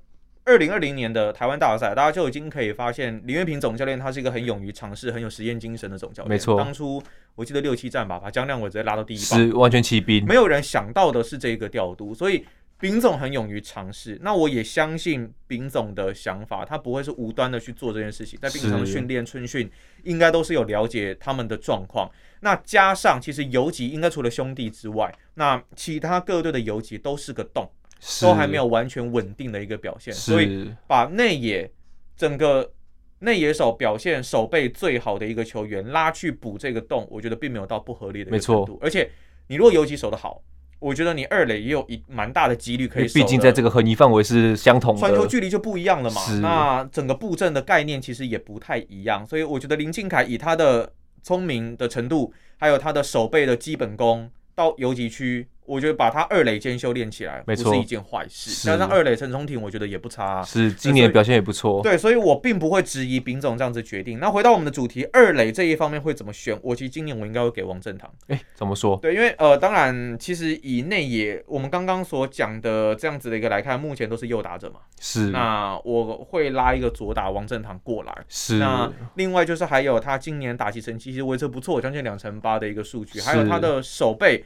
Speaker 3: 二零二零年的台湾大赛，大家就已经可以发现，林月平总教练他是一个很勇于尝试、很有实验精神的总教练。
Speaker 2: 没错
Speaker 3: 当初我记得六七战吧，把江亮伟直接拉到第一棒，
Speaker 2: 是完全骑兵。
Speaker 3: 没有人想到的是这个调度，所以丙总很勇于尝试。那我也相信丙总的想法，他不会是无端的去做这件事情，在平常的
Speaker 2: 是
Speaker 3: 训练、春训，应该都是有了解他们的状况。那加上其实游击应该除了兄弟之外，那其他各队的游击都是个洞，
Speaker 2: 是
Speaker 3: 都还没有完全稳定的一个表现，所以
Speaker 2: 是
Speaker 3: 把内野整个内野手表现守备最好的一个球员拉去补这个洞，我觉得并没有到不合理的一
Speaker 2: 没
Speaker 3: 个程
Speaker 2: 错
Speaker 3: 度。而且你如果游击守得好，我觉得你二垒也有一蛮大的几率可
Speaker 2: 因
Speaker 3: 以
Speaker 2: 为
Speaker 3: 守的。
Speaker 2: 毕竟在这个横移范围是相同
Speaker 3: 传球
Speaker 2: 的。
Speaker 3: 距离就不一样了嘛
Speaker 2: 是。
Speaker 3: 那整个布阵的概念其实也不太一样，所以我觉得林敬凯以他的聪明的程度，还有他的守备的基本功，到游击区，我觉得把他二垒兼修练起来，
Speaker 2: 没
Speaker 3: 不
Speaker 2: 错
Speaker 3: 是一件坏事。
Speaker 2: 是
Speaker 3: 加上二垒陈冲挺，我觉得也不差啊、
Speaker 2: 是今年
Speaker 3: 所以
Speaker 2: 表现也不错，
Speaker 3: 对，所以我并不会质疑丙总这样子决定。那回到我们的主题，二垒这一方面会怎么选？我其实今年我应该会给王振堂。
Speaker 2: 哎，怎么说？
Speaker 3: 对，因为呃，当然，其实以内野我们刚刚所讲的这样子的一个来看，目前都是右打者嘛。
Speaker 2: 是
Speaker 3: 那我会拉一个左打王振堂过来。
Speaker 2: 是
Speaker 3: 那另外就是还有他今年打击成绩其实维持不错，将近两成八的一个数据，
Speaker 2: 是
Speaker 3: 还有他的手背。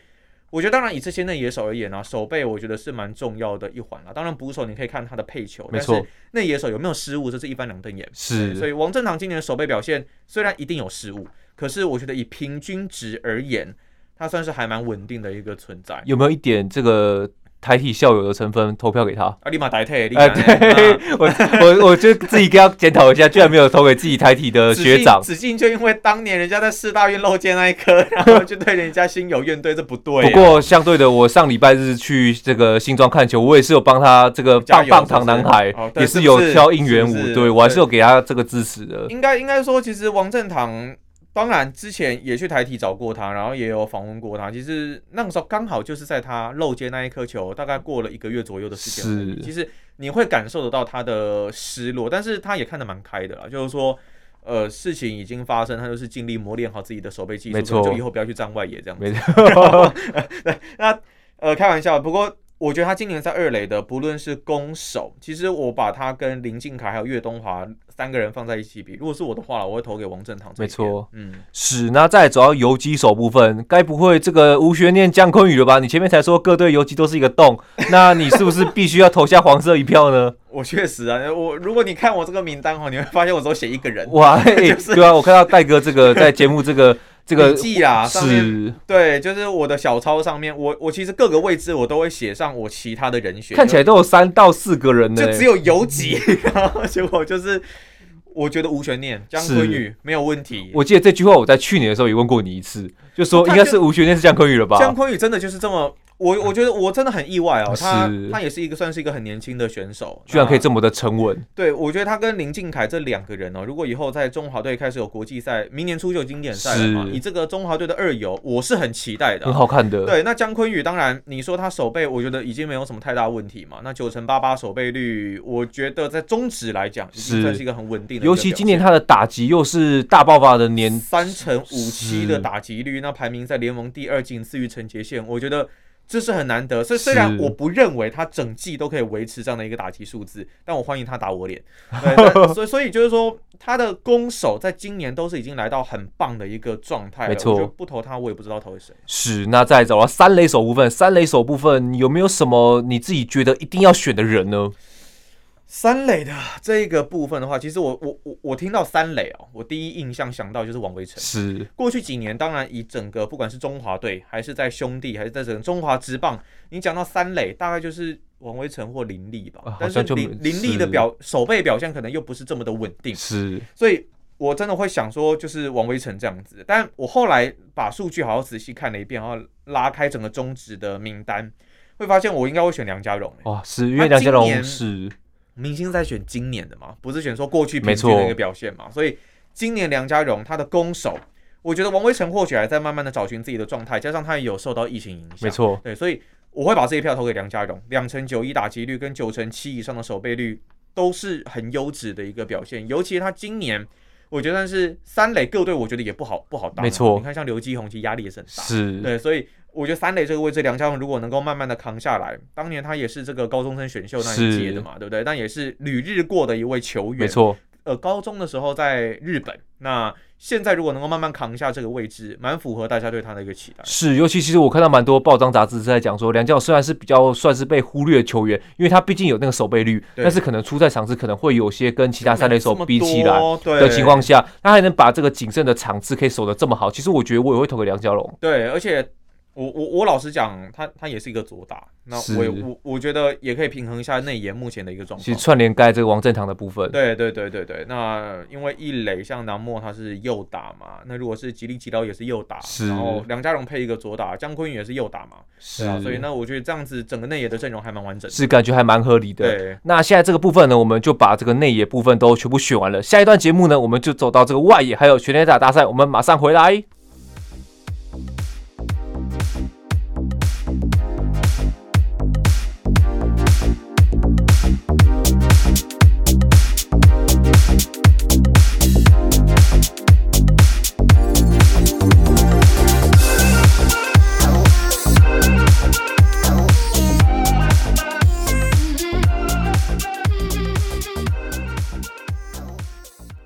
Speaker 3: 我觉得当然以这些内野手而言呢、啊，手背我觉得是蛮重要的一环了。当然捕手你可以看他的配球，
Speaker 2: 没
Speaker 3: 但
Speaker 2: 错
Speaker 3: 是内野手有没有失误，这是一翻两瞪眼。对所
Speaker 2: 是
Speaker 3: 以王振堂今年的手背表现虽然一定有失误，可是我觉得以平均值而言，他算是还蛮稳定的一个存在。
Speaker 2: 有没有一点这个台体校友的成分？投票给他。
Speaker 3: 啊，立马代替，立马
Speaker 2: 哎，
Speaker 3: 代替啊
Speaker 2: 对我我我就自己跟他检讨一下，居然没 [LAUGHS] 有投给自己台体的
Speaker 3: 子
Speaker 2: 学
Speaker 3: 敬
Speaker 2: 长。
Speaker 3: 子敬就因为当年人家在四大运漏接那一颗，然后就对人家心有怨怼，这不对啊。
Speaker 2: 不过相对的，我上礼拜日去这个新庄看球，我也是有帮他这个
Speaker 3: 加
Speaker 2: 棒
Speaker 3: 油
Speaker 2: 棒糖男孩
Speaker 3: 是不是哦，对
Speaker 2: 也是有挑应援
Speaker 3: 是不
Speaker 2: 舞，
Speaker 3: 是
Speaker 2: 对我还是有给他这个支持的。
Speaker 3: 应该应该说，其实王振堂当然之前也去台体找过他，然后也有访问过他。其实那个时候刚好就是在他漏接那一颗球，大概过了一个月左右的时间而已。
Speaker 2: 是
Speaker 3: 其实你会感受得到他的失落，但是他也看得蛮开的啦，就是说。呃，事情已经发生，他就是尽力磨练好自己的手背技术，
Speaker 2: 没错
Speaker 3: 就以后不要去站外野这样子。
Speaker 2: 没错，
Speaker 3: 那呃，开玩笑，不过我觉得他今年在二垒的，不论是攻守，其实我把他跟林敬凯还有岳东华三个人放在一起比，如果是我的话，我会投给王振堂这
Speaker 2: 没
Speaker 3: 一边。
Speaker 2: 错
Speaker 3: 嗯，
Speaker 2: 是那再走到游击手部分，该不会这个无悬念降昆宇了吧？你前面才说各队游击都是一个洞，那你是不是必须要投下黄色一票
Speaker 3: [LAUGHS]
Speaker 2: 呢？
Speaker 3: 我确实啊，我如果你看我这个名单哦，你会发现我只有写一个人，
Speaker 2: 哇，哎对啊，我看到戴哥这个在节目这
Speaker 3: [LAUGHS]
Speaker 2: 个 [LAUGHS] 这个啊
Speaker 3: 笔记啦，上面
Speaker 2: 是
Speaker 3: 对，就是我的小抄上面，我我其实各个位置我都会写上我其他的人选，
Speaker 2: 看起来都有三到四个人呢
Speaker 3: 就。只有游击， [LAUGHS] 然后结果就是我觉得无悬念，江
Speaker 2: 是
Speaker 3: 坤宇没有问题，
Speaker 2: 我记得这句话我在去年的时候也问过你一次，就说
Speaker 3: 哦
Speaker 2: 应该是无悬念是降昆宇了吧？哎
Speaker 3: 江坤宇真的就是这么，我我觉得我真的很意外哦，他
Speaker 2: 是
Speaker 3: 他也是一个算是一个很年轻的选手，
Speaker 2: 居然可以
Speaker 3: 么。
Speaker 2: 这么的沉稳，
Speaker 3: 对，我觉得他跟林敬凯这两个人哦，如果以后在中华队开始有国际赛，明年初就有经典赛了嘛
Speaker 2: 是，
Speaker 3: 以这个中华队的二游，我是很期待的
Speaker 2: 很。好看的。
Speaker 3: 啊对，那姜坤宇当然，你说他守备，我觉得已经没有什么太大问题嘛。那九成八八守备率，我觉得在中职来讲，已
Speaker 2: 是
Speaker 3: 经算是一个很稳定的一个表
Speaker 2: 尤
Speaker 3: 现。
Speaker 2: 其今年他的打击又是大爆发的年，
Speaker 3: 三乘五七
Speaker 2: 是
Speaker 3: 的打击率，那排名在联盟第二，仅次于陈杰宪，我觉得这是很难得。所以虽然
Speaker 2: 是
Speaker 3: 我不认为他整季都可以维持这样的一个打击数字，但我欢迎他打我脸。对，但 [LAUGHS] 所以所以就是说，他的攻守在今年都是已经来到很棒的一个状态了。
Speaker 2: 没错
Speaker 3: 我就不投他，我也不知道投给谁。
Speaker 2: 是那再找到三垒手部分，三垒手部分有没有什么你自己觉得一定要选的人呢？
Speaker 3: 三垒的这个部分的话，其实我我我我听到三垒哦，我第一印象想到就是王威成。
Speaker 2: 是
Speaker 3: 过去几年，当然以整个不管是中华队，还是在兄弟，还是在整个中华职棒，你讲到三垒，大概就是王威成或林立吧。
Speaker 2: 啊好
Speaker 3: 但是
Speaker 2: 像就
Speaker 3: 林
Speaker 2: 没
Speaker 3: 林立的
Speaker 2: 是
Speaker 3: 表守备表现可能又不是这么的稳定，
Speaker 2: 是，
Speaker 3: 所以我真的会想说，就是王威成这样子。但我后来把数据好好仔细看了一遍，然后拉开整个中职的名单，会发现我应该会选梁家荣、欸
Speaker 2: 哇，是因为梁家
Speaker 3: 今
Speaker 2: 龙
Speaker 3: 年
Speaker 2: 是
Speaker 3: 明星在选今年的嘛，不是选说过去
Speaker 2: 没
Speaker 3: 平
Speaker 2: 错
Speaker 3: 均的一个表现嘛，所以今年梁家荣他的攻守，我觉得王威成或许还在慢慢的找寻自己的状态，加上他也有受到疫情影响，
Speaker 2: 没，错，
Speaker 3: 对，所以我会把这一票投给梁家荣，两成九一打击率跟九成七以上的守备率都是很优质的一个表现，尤其他今年我觉得算是三垒各队，我觉得也不好不好当啊，
Speaker 2: 没错
Speaker 3: 你看像刘基宏其实压力也是很大，
Speaker 2: 是
Speaker 3: 对，所以我觉得三垒这个位置，梁家荣如果能够慢慢的扛下来，当年他也是这个高中生选秀那一届的嘛，对不对？但也是屡日过的一位球员，
Speaker 2: 没。错，
Speaker 3: 呃，高中的时候在日本，那现在如果能够慢慢扛下这个位置，蛮符合大家对他的一个期待。
Speaker 2: 是，尤其其实我看到蛮多报章杂志是在讲说，梁家龙虽然是比较算是被忽略的球员，因为他毕竟有那个守备率，
Speaker 3: 对
Speaker 2: 但是可能出赛场次可能会有些跟其他啊三垒手比起来
Speaker 3: 哦对
Speaker 2: 的情况下，他还能把这个仅剩的场次可以守得这么好，其实我觉得我也会投给梁家龙。
Speaker 3: 对，而且我我我老实讲，他他也是一个左打，那
Speaker 2: 是
Speaker 3: 我也我我觉得也可以平衡一下内野目前的一个状
Speaker 2: 其
Speaker 3: 况
Speaker 2: 实。串联盖这个王正堂的部分，
Speaker 3: 对对对对对，那因为一垒像南莫他是右打嘛，那如果是吉利吉刀也是右打，
Speaker 2: 是
Speaker 3: 然后梁家荣配一个左打，江坤宇也是右打嘛，
Speaker 2: 是
Speaker 3: 对啊，所以那我觉得这样子整个内野的阵容还蛮完整的。
Speaker 2: 是感觉还蛮合理的。
Speaker 3: 对，
Speaker 2: 那现在这个部分呢，我们就把这个内野部分都全部选完了。下一段节目呢，我们就走到这个外野还有全垒打大赛，我们马上回来。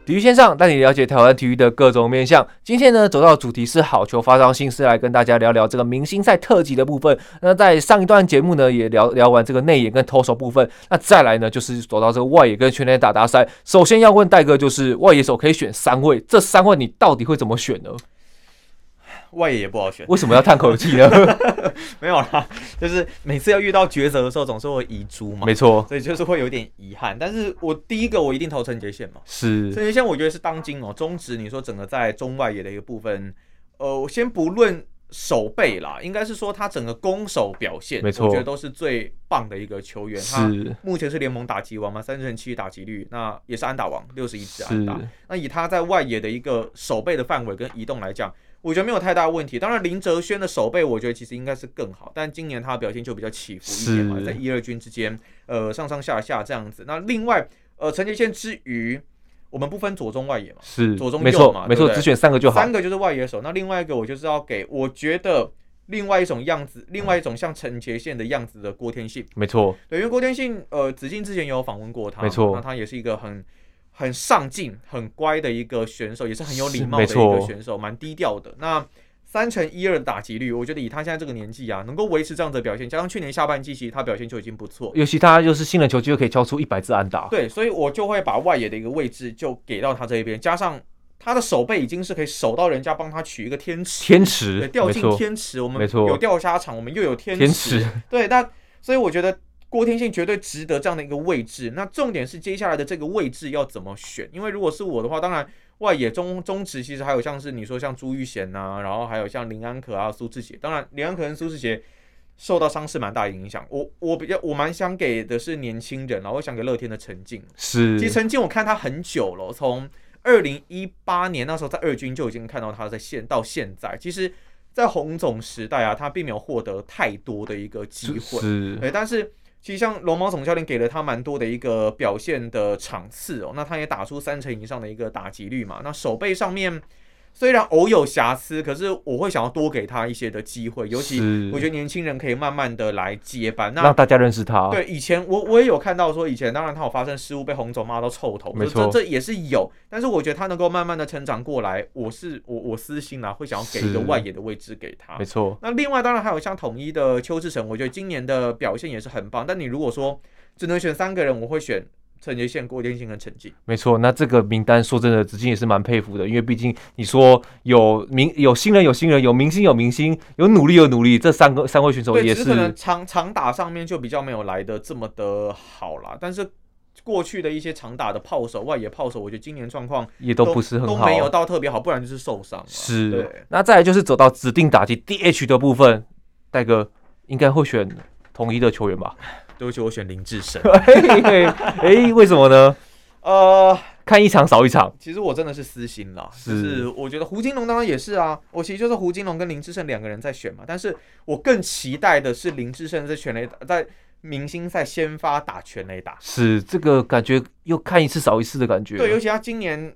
Speaker 2: 体育线上带你了解台湾体育的各种面向。今天呢，走到主题是好球发烧心思，来跟大家聊聊这个明星赛特辑的部分。那在上一段节目呢，也聊聊完这个内野跟投手部分，那再来呢，就是走到这个外野跟全垒打大赛。首先要问戴哥，就是外野手可以选三位，这三位你到底会怎么选呢？
Speaker 3: 外野也不好选，
Speaker 2: 为什么要叹口气呢？
Speaker 3: 没有啦， [LAUGHS] 就是每次要遇到抉择的时候，总是会遗珠嘛
Speaker 2: 没，错，
Speaker 3: 所以就是会有点遗憾。但是我第一个我一定投陈杰宪嘛，
Speaker 2: 是
Speaker 3: 陈杰宪我觉得是当今哦中职你说整个在中外野的一个部分，呃，我先不论手背啦，应该是说他整个攻守表现，
Speaker 2: 没错
Speaker 3: 我觉得都是最棒的一个球员。他
Speaker 2: 是
Speaker 3: 目前是联盟打击王嘛，三成七打击率，那也是安打王，六十一支安
Speaker 2: 是
Speaker 3: 打。那以他在外野的一个守备的范围跟移动来讲，我觉得没有太大问题。当然，林哲轩的守备我觉得其实应该是更好，但今年他的表现就比较起伏一点嘛，
Speaker 2: 是
Speaker 3: 在一二军之间，呃，上上下下这样子。那另外，呃，陈杰宪之余，我们不分左中外野嘛，
Speaker 2: 是
Speaker 3: 左，中
Speaker 2: 没
Speaker 3: 右
Speaker 2: 错
Speaker 3: 嘛
Speaker 2: 没
Speaker 3: 对
Speaker 2: 错，
Speaker 3: 不对
Speaker 2: 只选三个就好
Speaker 3: 三。个就是外野手。那另外一个我就是要给，我觉得另外一种样子，另外一种像陈杰宪的样子的郭天信。
Speaker 2: 没错，
Speaker 3: 对，因为郭天信，呃，子敬之前也有访问过他，
Speaker 2: 没错
Speaker 3: 那他也是一个很很上进、很乖的一个选手，也是很有礼
Speaker 2: 是
Speaker 3: 貌的
Speaker 2: 没
Speaker 3: 一个
Speaker 2: 错
Speaker 3: 选手，蛮低调的。那三乘一二的打击率，我觉得以他现在这个年纪啊，能够维持这样子的表现，加上去年下半季其实他表现就已经不错。
Speaker 2: 尤其他就是新人球季就可以敲出一百支安打。
Speaker 3: 对，所以我就会把外野的一个位置就给到他这一边，加上他的手背已经是可以守到人家帮他取一个天池，
Speaker 2: 天池，
Speaker 3: 对，掉
Speaker 2: 没
Speaker 3: 进
Speaker 2: 错
Speaker 3: 天池，我们
Speaker 2: 没错
Speaker 3: 有钓虾场，我们又有天
Speaker 2: 天池，
Speaker 3: 对，那所以我觉得郭天信绝对值得这样的一个位置。那重点是接下来的这个位置要怎么选？因为如果是我的话，当然外野中中职其实还有像是你说像朱玉贤呐、然后还有像林安可啊、苏志杰，当然林安可跟苏志杰。受到伤势蛮大的影响，我我比较我蛮想给的是年轻人啊然后我想给乐天的陈静。
Speaker 2: 是
Speaker 3: 其实陈静我看他很久了，从二零一八年那时候在二军就已经看到他在现到现在，其实，在洪总时代啊，他并没有获得太多的一个机会，
Speaker 2: 是
Speaker 3: 对，但是其实像龙猫总教练给了他蛮多的一个表现的场次哦，那他也打出三成以上的一个打击率嘛，那手背上面虽然偶有瑕疵，可是我会想要多给他一些的机会，尤其
Speaker 2: 是
Speaker 3: 我觉得年轻人可以慢慢的来接班，那
Speaker 2: 让大家认识他，
Speaker 3: 对，以前我我也有看到说，以前当然他有发生失误，被洪总骂到臭头，
Speaker 2: 没
Speaker 3: 这
Speaker 2: 错
Speaker 3: 这这也是有。但是我觉得他能够慢慢的成长过来，我是我我私心啊，会想要给一个
Speaker 2: 是
Speaker 3: 外野的位置给他
Speaker 2: 没。错，
Speaker 3: 那另外当然还有像统一的邱志成，我觉得今年的表现也是很棒。但你如果说只能选三个人，我会选陈杰宪、郭天信跟陈绩。
Speaker 2: 没错。那这个名单说真的，子敬也是蛮佩服的，因为毕竟你说有明有新人有新人，有明星有明星，有努力有努力，这三个三位选手
Speaker 3: 对，
Speaker 2: 哦也
Speaker 3: 只是可能
Speaker 2: 是
Speaker 3: 长长打上面就比较没有来的这么的好啦。但是过去的一些长打的炮手、外野炮手，我觉得今年状况
Speaker 2: 也都不是很
Speaker 3: 都
Speaker 2: 好
Speaker 3: 没。有到特别好，不然就是受伤了。
Speaker 2: 是
Speaker 3: 对，
Speaker 2: 那再来就是走到指定打击 DH 的部分，戴哥应该会选统一的球员吧？ [LAUGHS]
Speaker 3: 对不起，我选林志胜。
Speaker 2: 嘿嘿嘿哎，为什么呢？
Speaker 3: 呃，
Speaker 2: 看一场少一场，
Speaker 3: 其实我真的是私心啦，就是是我觉得胡金龙当然也是啊，我其实就是胡金龙跟林志胜两个人在选嘛，但是我更期待的是林志胜在全垒打在明星赛先发打全垒打，
Speaker 2: 是这个感觉又看一次少一次的感觉。
Speaker 3: 对，尤其他今年。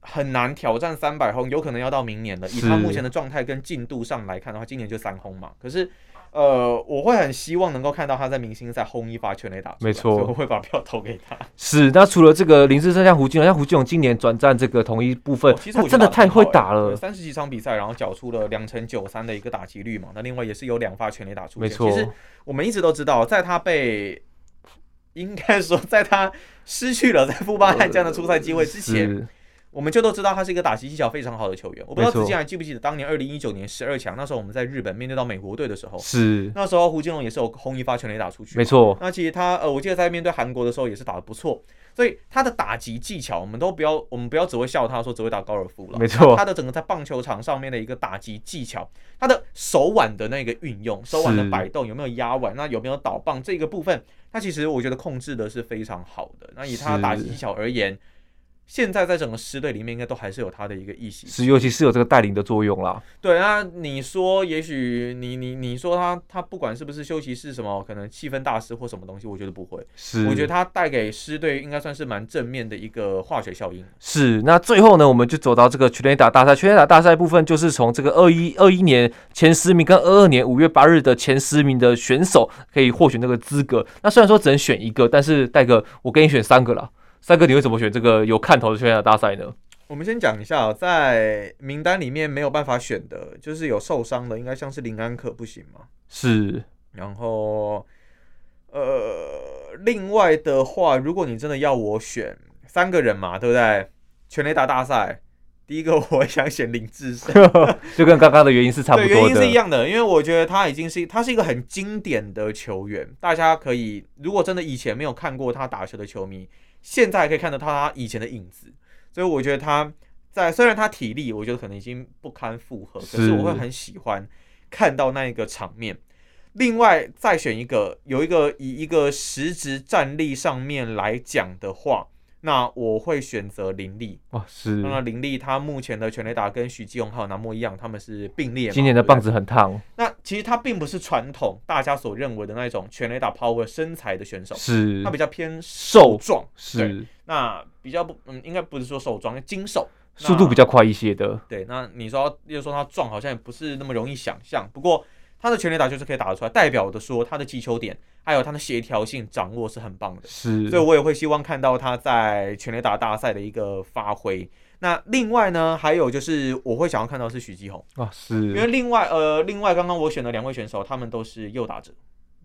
Speaker 3: 很难挑战三百轰，有可能要到明年了。以他
Speaker 2: 是
Speaker 3: 目前的状态跟进度上来看的话，今年就三轰嘛。可是，呃，我会很希望能够看到他在明星赛轰一发全垒打出来，
Speaker 2: 没错
Speaker 3: 所以我会把票投给他。
Speaker 2: 是，那除了这个林志胜，像胡金龙，像胡金龙今年转战这个统一部分，
Speaker 3: 哦其实
Speaker 2: 他
Speaker 3: 我
Speaker 2: 真的太会打了。
Speaker 3: 三十几场比赛，然后缴出了两成九三的一个打击率嘛，那另外也是有两发全垒打出现。
Speaker 2: 没错
Speaker 3: 其实我们一直都知道，在他被 [LAUGHS] 应该说在他失去了在富邦悍将的出赛机会之前，
Speaker 2: 是
Speaker 3: 我们就都知道他是一个打击技巧非常好的球员。我不知道
Speaker 2: 没错
Speaker 3: 子健还记不记得当年二零一九年十二强，那时候我们在日本面对到美国队的时候，
Speaker 2: 是
Speaker 3: 那时候胡金龙也是有轰一发全垒打出去，
Speaker 2: 没。错，
Speaker 3: 那其实他呃，我记得在面对韩国的时候也是打得不错，所以他的打击技巧，我们都不要，我们不要只会笑他说只会打高尔夫了，
Speaker 2: 没错
Speaker 3: 他的整个在棒球场上面的一个打击技巧，他的手腕的那个运用，手腕的
Speaker 2: 是
Speaker 3: 摆动有没有压腕，那有没有倒棒这个部分，他其实我觉得控制的是非常好的。那以他
Speaker 2: 是
Speaker 3: 打击技巧而言，现在在整个师队里面应该都还是有他的一个一席
Speaker 2: 是尤其是有这个带领的作用啦。
Speaker 3: 对，那你说，也许你你你说他他不管是不是休息室什么，可能气氛大师或什么东西，我觉得不会。
Speaker 2: 是，
Speaker 3: 我觉得他带给狮队应该算是蛮正面的一个化学效应。
Speaker 2: 是，那最后呢，我们就走到这个全垒打大赛。全垒打大赛部分就是从这个二一二一年前十名跟二二年五月八日的前十名的选手可以获选这个资格。那虽然说只能选一个，但是戴哥，我给你选三个啦。三哥，你会怎么选这个有看头的全垒打大赛呢？
Speaker 3: 我们先讲一下哦，在名单里面没有办法选的，就是有受伤的，应该像是林安可不行嘛。 [LAUGHS]
Speaker 2: 是
Speaker 3: 然后，呃，另外的话，如果你真的要我选三个人嘛，对不对？全垒打大赛，第一个我想选林志胜。
Speaker 2: 就跟刚刚的原因是差不
Speaker 3: 对，
Speaker 2: 多
Speaker 3: 原因
Speaker 2: 的
Speaker 3: 是一，样的，因为我觉得他已经是他是一个很经典的球员，大家可以如果真的以前没有看过他打球的球迷，现在可以看得到他以前的影子，所以我觉得他在虽然他体力我觉得可能已经不堪负荷，可
Speaker 2: 是
Speaker 3: 是我会很喜欢看到那一个场面。另外再选一个，有一个以一个实质战力上面来讲的话，那我会选择林立。
Speaker 2: 哇，是
Speaker 3: 那林立他目前的全垒打跟许基宏还有南莫一样，他们是并列嘛。
Speaker 2: 今年的
Speaker 3: 对不对
Speaker 2: 棒子很烫，
Speaker 3: 那其实他并不是传统大家所认为的那种全垒打 power 身材的选手，
Speaker 2: 是
Speaker 3: 他比较偏
Speaker 2: 瘦
Speaker 3: 壮，对，
Speaker 2: 是
Speaker 3: 那比较不，嗯，应该不是说瘦壮，精瘦，那
Speaker 2: 速度比较快一些的，
Speaker 3: 对。那你说，又说他壮，好像也不是那么容易想象。不过他的全垒打就是可以打得出来，代表的说他的击球点还有他的协调性掌握是很棒的。
Speaker 2: 是
Speaker 3: 所以我也会希望看到他在全垒打大赛的一个发挥。那另外呢，还有就是我会想要看到是许继宏。
Speaker 2: 哇
Speaker 3: 因为
Speaker 2: 是
Speaker 3: 另外呃，另外刚刚我选的两位选手，他们都是右打者，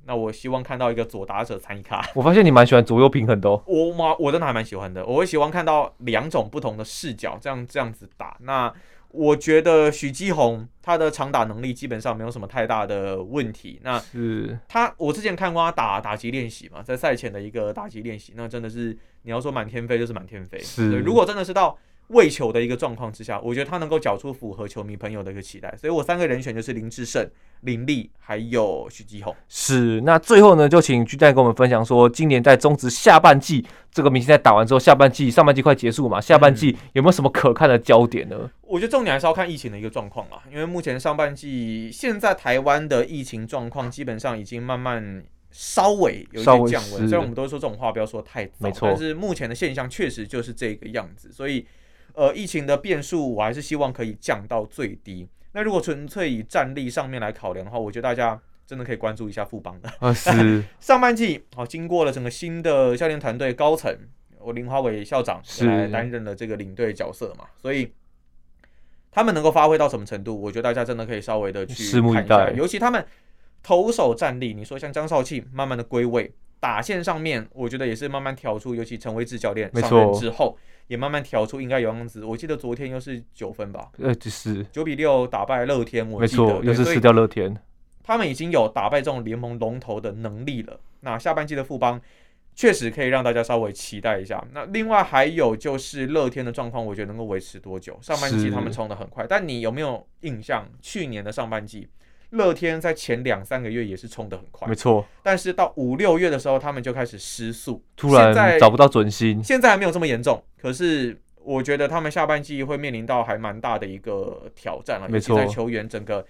Speaker 3: 那我希望看到一个左打者参与卡。
Speaker 2: 我发现你蛮喜欢左右平衡的哦，
Speaker 3: [LAUGHS] 我嘛，我真的还蛮喜欢的，我会喜欢看到两种不同的视角，这样这样子打。那我觉得许基宏他的长打能力基本上没有什么太大的问题。那
Speaker 2: 是
Speaker 3: 他我之前看过他打打击练习嘛，在赛前的一个打击练习，那真的是你要说满天飞就是满天飞。
Speaker 2: 是
Speaker 3: 对如果真的是到为球的一个状况之下，我觉得他能够缴出符合球迷朋友的一个期待，所以我三个人选就是林志胜、林立还有许基宏。
Speaker 2: 是，那最后呢，就请巨蛋跟我们分享说，今年在中职下半季这个明星赛打完之后，下半季上半季快结束嘛，下半
Speaker 3: 嗯
Speaker 2: 季有没有什么可看的焦点呢？
Speaker 3: 我觉得重点还是要看疫情的一个状况啊啦，因为目前上半季现在台湾的疫情状况基本上已经慢慢稍微有一
Speaker 2: 稍
Speaker 3: 点
Speaker 2: 微
Speaker 3: 降温，
Speaker 2: 是
Speaker 3: 虽然我们都说这种话不要说太早
Speaker 2: 没，错
Speaker 3: 但是目前的现象确实就是这个样子，所以呃，疫情的变数我还是希望可以降到最低。那如果纯粹以战力上面来考量的话，我觉得大家真的可以关注一下富邦的。
Speaker 2: 啊，是
Speaker 3: 上半季，好、经过了整个新的教练团队高层，我林华伟校长
Speaker 2: 是
Speaker 3: 也来担任了这个领队角色嘛，所以他们能够发挥到什么程度，我觉得大家真的可以稍微的去
Speaker 2: 拭目以
Speaker 3: 看一下
Speaker 2: 待
Speaker 3: 尤其他们投手战力，你说像张少庆慢慢的归位，打线上面我觉得也是慢慢调出，尤其陈威志教练
Speaker 2: 没
Speaker 3: 上任
Speaker 2: 错
Speaker 3: 之后，也慢慢调出应该有样子。我记得昨天又是九分吧，
Speaker 2: [LAUGHS] 呃，就是
Speaker 3: 九比六打败乐天，我
Speaker 2: 没
Speaker 3: 记得
Speaker 2: 错，又
Speaker 3: 对
Speaker 2: 是
Speaker 3: 所以
Speaker 2: 吃掉乐天，
Speaker 3: 他们已经有打败这种联盟龙头的能力了。那下半季的富邦确实可以让大家稍微期待一下。那另外还有就是乐天的状况，我觉得能够维持多久？上半季
Speaker 2: 是
Speaker 3: 他们冲得很快，但你有没有印象？去年的上半季，乐天在前两三个月也是冲得很快
Speaker 2: 没，错，
Speaker 3: 但是到五六月的时候，他们就开始失速，
Speaker 2: 突
Speaker 3: 现在
Speaker 2: 然找不到准心，
Speaker 3: 现在还没有这么严重，可是我觉得他们下半季会面临到还蛮大的一个挑战了，啊
Speaker 2: 没错
Speaker 3: 尤其在球员整个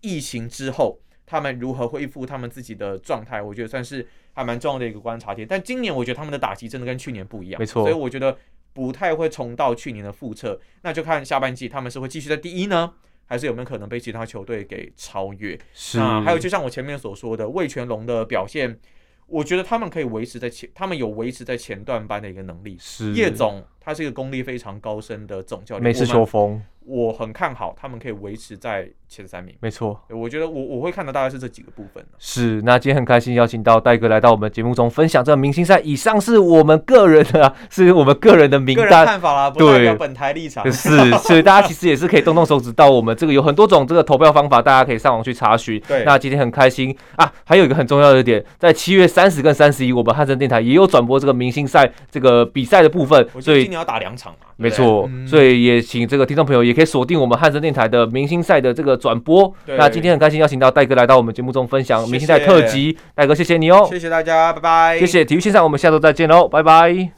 Speaker 3: 疫情之后，他们如何恢复他们自己的状态，我觉得算是还蛮重要的一个观察点。但今年我觉得他们的打击真的跟去年不一样，
Speaker 2: 没错
Speaker 3: 所以我觉得不太会重蹈去年的覆辙。那就看下半季他们是会继续在第一呢，还是有没有可能被其他球队给超越？
Speaker 2: 是
Speaker 3: 那啊还有就像我前面所说的，魏全龙的表现，我觉得他们可以维持在前，他们有维持在前段班的一个能力。
Speaker 2: 是
Speaker 3: 叶总他是一个功力非常高深的总教练。
Speaker 2: 美式球风，
Speaker 3: 我们，我很看好他们可以维持在前三名。
Speaker 2: 没错。
Speaker 3: 对我觉得我我会看的大概是这几个部分啊
Speaker 2: 是，那今天很开心邀请到戴哥来到我们节目中分享这个明星赛。以上是我们个人的啊， [LAUGHS] 是我们个人的名
Speaker 3: 个人
Speaker 2: 单。
Speaker 3: 看法啦，不代表
Speaker 2: 对
Speaker 3: 本台立场。
Speaker 2: 是，所以大家其实也是可以动动手指到我们这个有很多种这个投票方法，大家可以上网去查询。
Speaker 3: 对
Speaker 2: 那今天很开心啊，还有一个很重要的点，在七月三十跟三十一，我们汉森电台也有转播这个明星赛这个比赛的部分，
Speaker 3: 我觉
Speaker 2: 所
Speaker 3: 得
Speaker 2: 以
Speaker 3: 今年要打两场嘛，
Speaker 2: 没错，所以也请这个听众朋友也可以锁定我们汉声电台的明星赛的这个转播。
Speaker 3: 对
Speaker 2: 那今天很开心邀请到戴哥来到我们节目中分享
Speaker 3: 谢谢
Speaker 2: 明星赛特辑，戴哥谢谢你哦，
Speaker 3: 谢谢大家，拜拜，
Speaker 2: 谢谢体育线上，我们下周再见喽，拜拜。